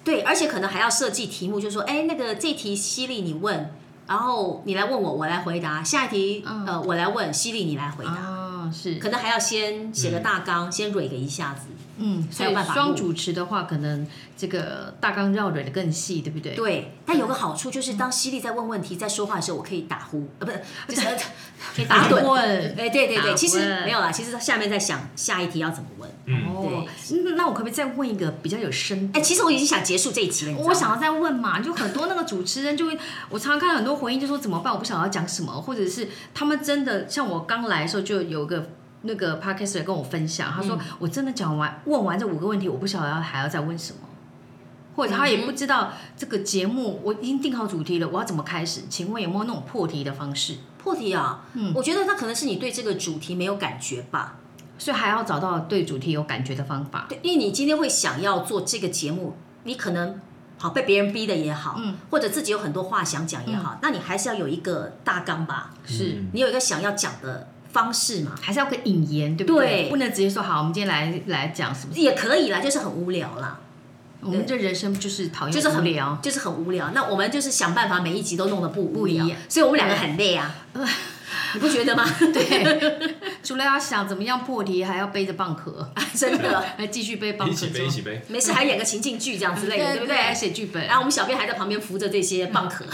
[SPEAKER 5] 对，而且可能还要设计题目，就说哎，那个这题犀利你问，然后你来问我，我来回答。下一题
[SPEAKER 3] 嗯
[SPEAKER 5] 呃我来问，犀利你来回答。
[SPEAKER 3] 啊，是，
[SPEAKER 5] 可能还要先写个大纲，先蕊个一下子。
[SPEAKER 3] 嗯，所
[SPEAKER 5] 才
[SPEAKER 3] 以
[SPEAKER 5] 有办法录
[SPEAKER 3] 双主持的话，可能这个大纲要蕊的更细，对不对？
[SPEAKER 5] 对，但有个好处就是，当犀利在问问题、在说话的时候，我可以打呼，呃，不是， 就是可以打盹。
[SPEAKER 3] 混。
[SPEAKER 5] 哎，对对
[SPEAKER 3] 打
[SPEAKER 5] 对，其实
[SPEAKER 3] 盹
[SPEAKER 5] 没有啦，其实下面在想下一题要怎么问。
[SPEAKER 4] 嗯，
[SPEAKER 3] 哦，嗯那我可不可以再问一个比较有深度？
[SPEAKER 5] 哎，其实我已经想结束哎这一集了，你知道吗
[SPEAKER 3] 我想要再问嘛，就很多那个主持人就会，我常常看到很多回应，就说怎么办？我不晓得要讲什么，或者是他们真的像我刚来的时候，就有个那个 podcaster 跟我分享，他
[SPEAKER 5] 嗯
[SPEAKER 3] 说、我真的讲完问完这五个问题，我不晓得要还要再问什么，或者他也不知道这个节目我已经定好主题了，我要怎么开始？请问有没有那种破题的方式？
[SPEAKER 5] 破题啊，
[SPEAKER 3] 嗯
[SPEAKER 5] 我觉得那可能是你对这个主题没有感觉吧。
[SPEAKER 3] 所以还要找到对主题有感觉的方法。
[SPEAKER 5] 对，因为你今天会想要做这个节目，你可能好被别人逼的也好，
[SPEAKER 3] 嗯
[SPEAKER 5] 或者自己有很多话想讲也好，那你还是要有一个大纲吧，
[SPEAKER 3] 是。
[SPEAKER 4] 嗯
[SPEAKER 5] 你有一个想要讲的方式嘛，
[SPEAKER 3] 还是要有个引言，对不对？
[SPEAKER 5] 对
[SPEAKER 3] 不能直接说好，我们今天来来讲什么？
[SPEAKER 5] 也可以啦，就是很无聊啦。
[SPEAKER 3] 我们这人生就是讨厌
[SPEAKER 5] 就是很
[SPEAKER 3] 无聊，
[SPEAKER 5] 就是很无聊。那我们就是想办法每一集都弄得不无聊
[SPEAKER 3] 不一样，
[SPEAKER 5] 所以我们两个很累 啊，你不觉得吗？
[SPEAKER 3] 对， 除了要想怎么样破题，还要背着蚌壳，
[SPEAKER 5] 真的，
[SPEAKER 3] 还继续
[SPEAKER 5] 哦
[SPEAKER 3] 背蚌壳，
[SPEAKER 4] 一起背一起背，
[SPEAKER 5] 没事还演个情境剧这样之类的，对
[SPEAKER 3] 对
[SPEAKER 5] 不
[SPEAKER 3] 还
[SPEAKER 5] 对？
[SPEAKER 3] 写剧本
[SPEAKER 5] 然。后我们小编还在旁边扶着这些蚌 壳，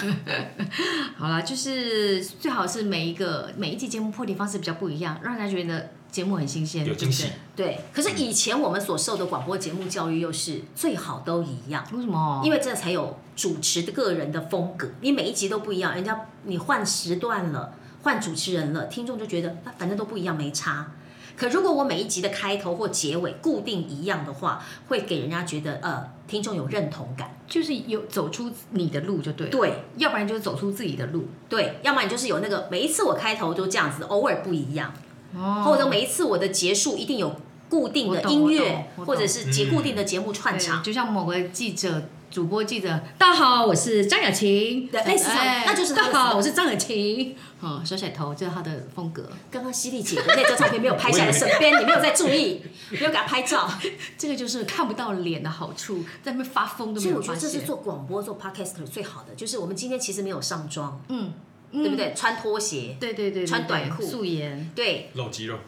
[SPEAKER 3] 好啦，就是最好是每一个每一季节目破题方式比较不一样，让人家觉得节目很新鲜，
[SPEAKER 4] 有惊喜
[SPEAKER 3] 对。
[SPEAKER 5] 对。可是以前我们所受的广播节目教育又是最好都一样。
[SPEAKER 3] 不对。为什么？
[SPEAKER 5] 因
[SPEAKER 3] 为
[SPEAKER 5] 为这才有主持的个人的风格，你每一集都不一样，人家你换时段了，换主持人了，听众就觉得啊反正都不一样，没差。可如果我每一集的开头或结尾固定一样的话，会给人家觉得呃，听众有认同感。
[SPEAKER 3] 就是有走出你的路就对了，
[SPEAKER 5] 对
[SPEAKER 3] 要不然就是走出自己的路。
[SPEAKER 5] 对，要么你就是有那个每一次我开头都这样子，偶尔不一样，
[SPEAKER 3] 哦
[SPEAKER 5] 或者每一次我的结束一定有固定
[SPEAKER 3] 我
[SPEAKER 5] 的
[SPEAKER 3] 懂
[SPEAKER 5] 音
[SPEAKER 3] 我懂
[SPEAKER 5] 乐，
[SPEAKER 3] 我懂
[SPEAKER 5] 或者是节
[SPEAKER 4] 嗯
[SPEAKER 5] 固定的节目串场。
[SPEAKER 3] 对就像某个记者、主播、记者，大家好，我是张雅琴，
[SPEAKER 5] 对类似这种
[SPEAKER 3] 哎
[SPEAKER 5] 那就是他
[SPEAKER 3] 大
[SPEAKER 5] 的
[SPEAKER 3] 家好，我是张雅琴，嗯，甩甩头，这是他的风格。
[SPEAKER 5] 刚刚犀利姐的那张照片没有拍下来，
[SPEAKER 4] 我以为
[SPEAKER 5] 沈编你没有在注意，没有给她拍照。
[SPEAKER 3] 这个就是看不到脸的好处，在那边发疯都没
[SPEAKER 5] 所以
[SPEAKER 3] 有
[SPEAKER 5] 我觉
[SPEAKER 3] 发
[SPEAKER 5] 得这是
[SPEAKER 3] 现。
[SPEAKER 5] 做广播、做 podcaster 最好的，就是我们今天其实没有上妆，
[SPEAKER 3] 嗯，
[SPEAKER 5] 对不对？穿拖鞋，
[SPEAKER 3] 对对对对，
[SPEAKER 5] 穿短
[SPEAKER 3] 对
[SPEAKER 5] 裤
[SPEAKER 3] 素颜，
[SPEAKER 5] 对，
[SPEAKER 4] 露肌肉，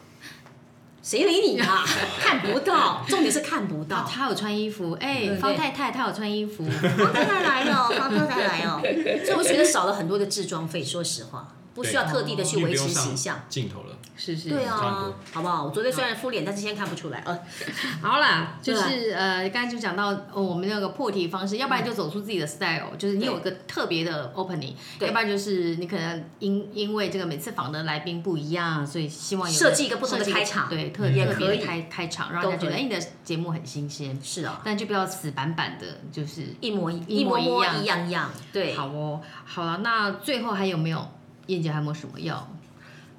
[SPEAKER 5] 谁理你 啊？看不到，重点是看不
[SPEAKER 3] 然后
[SPEAKER 5] 到。
[SPEAKER 3] 啊他有穿衣服，哎，
[SPEAKER 5] 哦对
[SPEAKER 3] 方太太她有穿 衣服，
[SPEAKER 5] 方太太来了，方太太来哦。所以我觉得少了很多的制装费，说实话，不需要特地的去
[SPEAKER 3] 哦
[SPEAKER 4] 你也
[SPEAKER 5] 维
[SPEAKER 4] 不用
[SPEAKER 5] 持
[SPEAKER 4] 上嗯
[SPEAKER 5] 形象。
[SPEAKER 4] 镜头了，
[SPEAKER 3] 是是。
[SPEAKER 5] 对
[SPEAKER 4] 差不
[SPEAKER 5] 啊
[SPEAKER 4] 多，
[SPEAKER 5] 好不好？我昨天虽然敷脸，但是现在看不出来。呃，
[SPEAKER 3] 好啦，
[SPEAKER 5] 啊
[SPEAKER 3] 就是呃，刚才就讲到呃我们那个破题方式，要不
[SPEAKER 5] 嗯
[SPEAKER 3] 然就走出自己的 style，就是你有一个特别的 opening，
[SPEAKER 5] 对
[SPEAKER 3] 要不然就是你可能因因为这个每次访的来宾不一样，所以希望有
[SPEAKER 5] 设计一个不同的
[SPEAKER 3] 设计
[SPEAKER 5] 开场
[SPEAKER 3] 对，特
[SPEAKER 5] 也
[SPEAKER 3] 特别
[SPEAKER 5] 可以
[SPEAKER 3] 开开场，让人家觉得
[SPEAKER 5] 都可
[SPEAKER 3] 哎
[SPEAKER 5] 以
[SPEAKER 3] 你的节目很新鲜，
[SPEAKER 5] 是啊，
[SPEAKER 3] 但就不要死板板的，就是
[SPEAKER 5] 一模一
[SPEAKER 3] 一模
[SPEAKER 5] 模
[SPEAKER 3] 一
[SPEAKER 5] 模
[SPEAKER 3] 样
[SPEAKER 5] 一样样。对，
[SPEAKER 3] 好哦，好了，那最后还有没有燕姐还有没有什么要？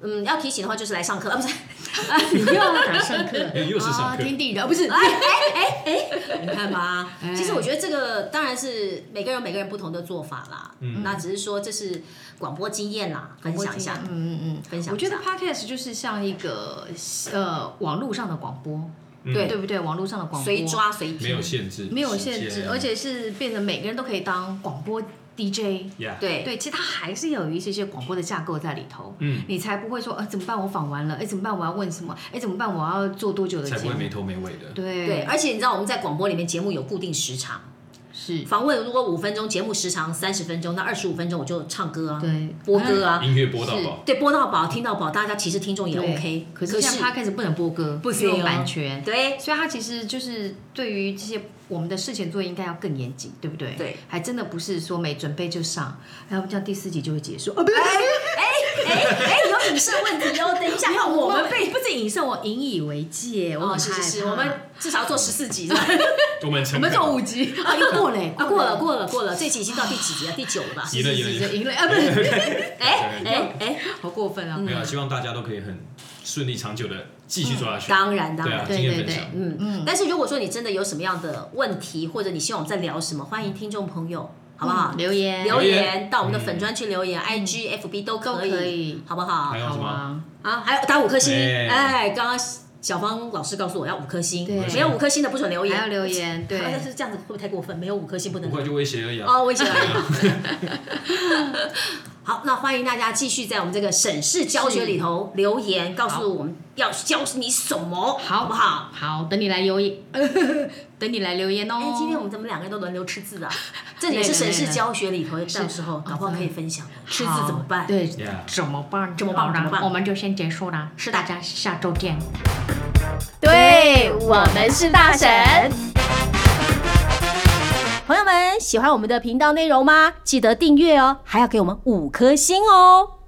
[SPEAKER 5] 嗯，要提醒的话就是来上课啊，不是？
[SPEAKER 3] 你又要讲上课
[SPEAKER 4] 又又是上
[SPEAKER 3] 啊，
[SPEAKER 4] 课，
[SPEAKER 3] 天地人不是？
[SPEAKER 5] 你看吧
[SPEAKER 3] 哎，
[SPEAKER 5] 其实我觉得这个当然是每个人有每个人不同的做法啦。
[SPEAKER 4] 嗯
[SPEAKER 5] 那只是说这是广播经验啦，分享一下，
[SPEAKER 3] 嗯嗯嗯。
[SPEAKER 5] 分享
[SPEAKER 3] 我
[SPEAKER 5] 一
[SPEAKER 3] 觉得
[SPEAKER 5] 下。
[SPEAKER 3] podcast 就是像一个呃网络上的广播，
[SPEAKER 5] 对
[SPEAKER 3] 嗯对不对？网络上的广播
[SPEAKER 5] 随抓随
[SPEAKER 4] 没有
[SPEAKER 5] 听，
[SPEAKER 4] 限制，
[SPEAKER 3] 没有限
[SPEAKER 4] 时
[SPEAKER 3] 制，
[SPEAKER 4] 间
[SPEAKER 3] 而且是变成每个人都可以当广播 DJ。
[SPEAKER 4] ，yeah，
[SPEAKER 5] 对，
[SPEAKER 3] 对，其实它还是有一些些广播的架构在里头，
[SPEAKER 4] 嗯，
[SPEAKER 3] 你才不会说，呃，怎么办？我访完了，哎，怎么办？我要问什么？哎，怎么办？我要做多久的
[SPEAKER 4] 才
[SPEAKER 3] 节
[SPEAKER 4] 不
[SPEAKER 3] 目
[SPEAKER 4] 会？没头没尾的，
[SPEAKER 3] 对
[SPEAKER 5] 对，而且你知道我们在广播里面节目有固定时长，
[SPEAKER 3] 是，
[SPEAKER 5] 访问如果五分钟，节目时长三十分钟，那二十五分钟我就唱歌啊，
[SPEAKER 3] 对，
[SPEAKER 5] 播歌
[SPEAKER 3] 啊，
[SPEAKER 5] 啊，
[SPEAKER 4] 音乐播到
[SPEAKER 3] 是
[SPEAKER 4] 爆，
[SPEAKER 5] 对，播到饱，听到饱，大家其实听众也
[SPEAKER 3] 对
[SPEAKER 5] OK。
[SPEAKER 3] 可是像 podcast 不能播歌，
[SPEAKER 5] 不行
[SPEAKER 3] 有
[SPEAKER 5] 哦
[SPEAKER 3] 版权，
[SPEAKER 5] 对
[SPEAKER 3] 所以它其实就是对于这些我们的事前作业应该要更严谨，对不对？
[SPEAKER 5] 对，
[SPEAKER 3] 还真的不是说没准备就上，然后这样第四集就会结束。哦，不是，
[SPEAKER 5] 哎哎，有影视问题哦，等一下，
[SPEAKER 3] 没有
[SPEAKER 5] 我们被
[SPEAKER 3] 不止影射，我引以为戒，我
[SPEAKER 5] 哦，
[SPEAKER 3] 很
[SPEAKER 5] 是是是，
[SPEAKER 3] 害怕
[SPEAKER 5] 我们至少要做十四集，是吧
[SPEAKER 4] 我们
[SPEAKER 3] 我
[SPEAKER 4] 成功
[SPEAKER 3] 们做五集啊，又过了欸，
[SPEAKER 5] 啊，过了过了过了，这集已经到第几集了？啊第九了吧？
[SPEAKER 4] 赢了赢了
[SPEAKER 3] 是
[SPEAKER 4] 赢
[SPEAKER 3] 是
[SPEAKER 4] 了，
[SPEAKER 3] 是赢了啊，不是，
[SPEAKER 5] 哎哎哎，
[SPEAKER 3] 好过分啊！
[SPEAKER 4] 没有啊，希望大家都可以很顺利长久的继续做下去。
[SPEAKER 5] 当然当
[SPEAKER 4] 对
[SPEAKER 5] 然
[SPEAKER 4] 啊，。
[SPEAKER 3] 对
[SPEAKER 4] 经验
[SPEAKER 3] 对
[SPEAKER 4] 分
[SPEAKER 3] 对
[SPEAKER 4] 享，。
[SPEAKER 5] 嗯嗯，但是如果说你真的有什么样的问题，或者你希望我们在聊什么，欢迎听众朋友，好不好？
[SPEAKER 3] 留
[SPEAKER 5] 嗯
[SPEAKER 3] 言
[SPEAKER 5] 留
[SPEAKER 4] 留言
[SPEAKER 5] 言到我们的粉专去留言，IG、FB 都
[SPEAKER 3] 嗯都
[SPEAKER 5] 可
[SPEAKER 3] 可
[SPEAKER 5] 以，
[SPEAKER 3] 以，
[SPEAKER 5] 好不好
[SPEAKER 4] 还？有什
[SPEAKER 3] 好
[SPEAKER 4] 么？
[SPEAKER 3] 啊，
[SPEAKER 5] 啊，还有打五颗星，
[SPEAKER 4] 哎
[SPEAKER 5] 哎，刚刚小芳老师告诉我要五颗星，
[SPEAKER 3] 对
[SPEAKER 5] 没有五颗星的不准留
[SPEAKER 3] 还要
[SPEAKER 5] 言，
[SPEAKER 3] 留言，对，
[SPEAKER 5] 但是这样子会不会太过分？没有五颗星不能留
[SPEAKER 4] 不会
[SPEAKER 5] 言。
[SPEAKER 4] 就威胁而已啊。
[SPEAKER 5] 嗯哦，我也想来。好，那欢迎大家继续在我们这个省市教学里头留言，告诉我们要教你什么，好不好？
[SPEAKER 3] 好，等你来留言， 等你来留言哦。
[SPEAKER 5] 哎，今天我们怎么两个人都轮流吃字啊？这
[SPEAKER 3] 累
[SPEAKER 5] 也
[SPEAKER 3] 了
[SPEAKER 5] 是省市
[SPEAKER 3] 累了
[SPEAKER 5] 教学里头，到时候搞不好可以分享吃字
[SPEAKER 3] 好
[SPEAKER 5] 怎么办？
[SPEAKER 3] 对
[SPEAKER 4] Yeah
[SPEAKER 3] 怎么办？
[SPEAKER 5] 怎么办
[SPEAKER 3] 好
[SPEAKER 5] 怎
[SPEAKER 3] 啦
[SPEAKER 5] 么办
[SPEAKER 3] 我们就先结束啦，
[SPEAKER 5] 是的
[SPEAKER 3] 大家下周见。
[SPEAKER 1] 对我们是大神。
[SPEAKER 5] 朋友们，喜欢我们的频道内容吗？记得订阅哦，还要给我们五颗星哦。